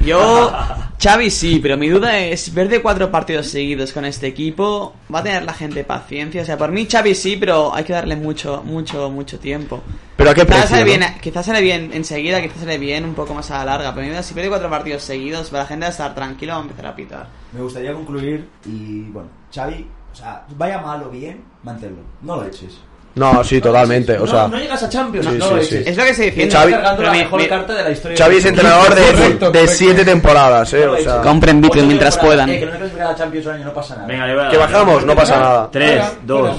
Speaker 12: Yo, Xavi sí, pero mi duda es, ver de cuatro partidos seguidos con este equipo, ¿va a tener la gente paciencia? O sea, por mí Xavi sí, pero hay que darle mucho, mucho, mucho tiempo.
Speaker 11: Pero a qué
Speaker 12: Quizás
Speaker 11: precio,
Speaker 12: sale,
Speaker 11: ¿no?
Speaker 12: bien, quizás sale bien enseguida, quizás sale bien un poco más a la larga, pero mi duda es, si pierde cuatro partidos seguidos, la gente va a estar tranquila, va a empezar a pitar.
Speaker 3: Me gustaría concluir y, bueno, Xavi, o sea, vaya mal o bien, manténlo. No lo eches.
Speaker 11: No, sí, totalmente, o
Speaker 3: No,
Speaker 11: sea...
Speaker 3: no llegas a Champions,
Speaker 11: Sí,
Speaker 3: no
Speaker 11: sí,
Speaker 3: lo
Speaker 11: sí.
Speaker 3: eches.
Speaker 11: Es lo que se defiende.
Speaker 3: Xavi,
Speaker 11: Xavi-
Speaker 3: cargando la
Speaker 11: pero mi-
Speaker 3: mejor
Speaker 11: mi-
Speaker 3: carta de la historia.
Speaker 11: Xavi es entrenador de, de siete temporadas, ¿eh? O sea...
Speaker 12: Compren
Speaker 3: Ocho
Speaker 12: Bitcoin mientras
Speaker 3: temporadas,
Speaker 12: puedan.
Speaker 3: eh, que no te crees que la Champions un año no pasa nada.
Speaker 11: Que bajamos, no pasa nada.
Speaker 4: 3, 2,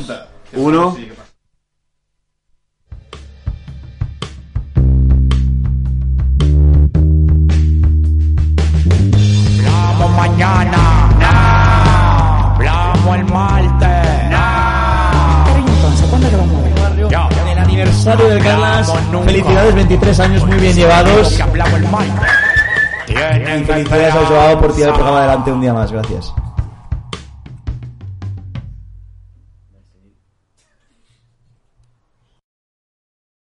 Speaker 4: 1.
Speaker 1: Hablamos mañana. Hablamos el martes. Entonces, ¿cuándo lo vamos a ver? En el aniversario del Carlas.
Speaker 5: Felicidades,
Speaker 1: 23 años muy
Speaker 5: bien llevados.
Speaker 1: Hablamos el martes.
Speaker 3: Y felicidades a Joao por tirar el programa adelante un día más, gracias.